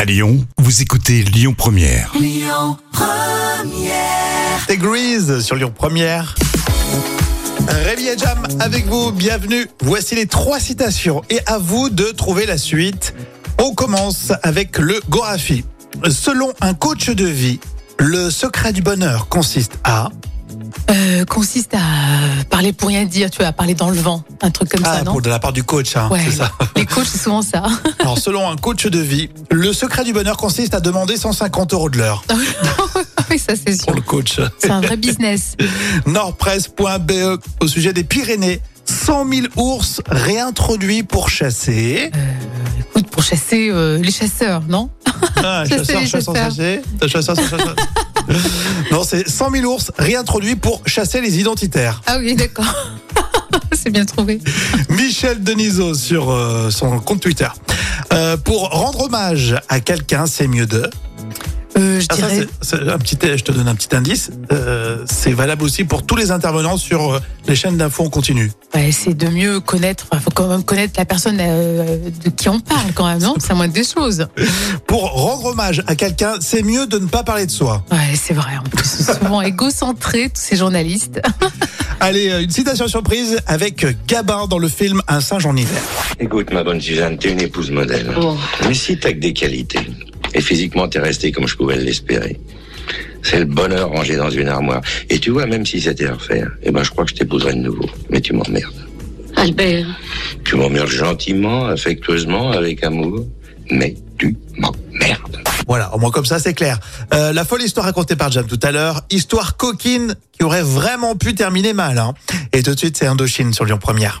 À Lyon, vous écoutez Lyon Première. C'était Grease sur Lyon Première. Rémi et Jam avec vous, bienvenue. Voici les trois citations et à vous de trouver la suite. On commence avec le Gorafi. Selon un coach de vie, le secret du bonheur consiste à Euh, consiste à euh, parler pour rien dire, tu vois, à parler dans le vent, un truc comme ah, ça, non pour de la part du coach, hein, Ouais. c'est ça. Les coachs, c'est souvent ça. Alors selon un coach de vie, le secret du bonheur consiste à demander 150 euros de l'heure oui, ça, c'est pour sûr. le coach. C'est un vrai business. Nordpresse.be E au sujet des Pyrénées. 100 000 ours réintroduits pour chasser. Écoute, pour chasser euh, les chasseurs, non Ah, Je chasseur, sais, chasseur, j'espère. chasseur, chasseur, chasseur, chasseur. Non, c'est 100 000 ours réintroduits pour chasser les identitaires. Ah oui, d'accord. c'est bien trouvé. Michel Denisot sur euh, son compte Twitter. Euh, pour rendre hommage à quelqu'un, c'est mieux de. Euh, je Ah, ça, dirais. c'est- c'est un petit, je te donne un petit indice. Euh, c'est valable aussi pour tous les intervenants sur euh, les chaînes d'infos en continu. Ouais, c'est de mieux connaître. Il faut quand même connaître la personne euh, de qui on parle, quand même, non C'est la moindre des choses. Pour rendre hommage à quelqu'un, c'est mieux de ne pas parler de soi. Ouais, c'est vrai. En plus, ils sont souvent égocentrés, tous ces journalistes. Allez, euh, une citation surprise avec Gabin dans le film Un singe en hiver. Écoute, ma bonne Suzanne, t'es une épouse modèle. Mais si t'as que des qualités, et physiquement t'es restée comme je pouvais l'espérer, c'est le bonheur rangé dans une armoire. Et tu vois, même si c'était à refaire, eh ben, je crois que je t'épouserais de nouveau. Mais tu m'emmerdes. Albert, Tu m'emmerdes gentiment, affectueusement, avec amour, mais tu m'emmerdes. Voilà, au moins comme ça, c'est clair. Euh, la folle histoire racontée par Jam tout à l'heure, histoire coquine qui aurait vraiment pu terminer mal. hein. Et tout de suite, c'est Indochine sur Lyon Première.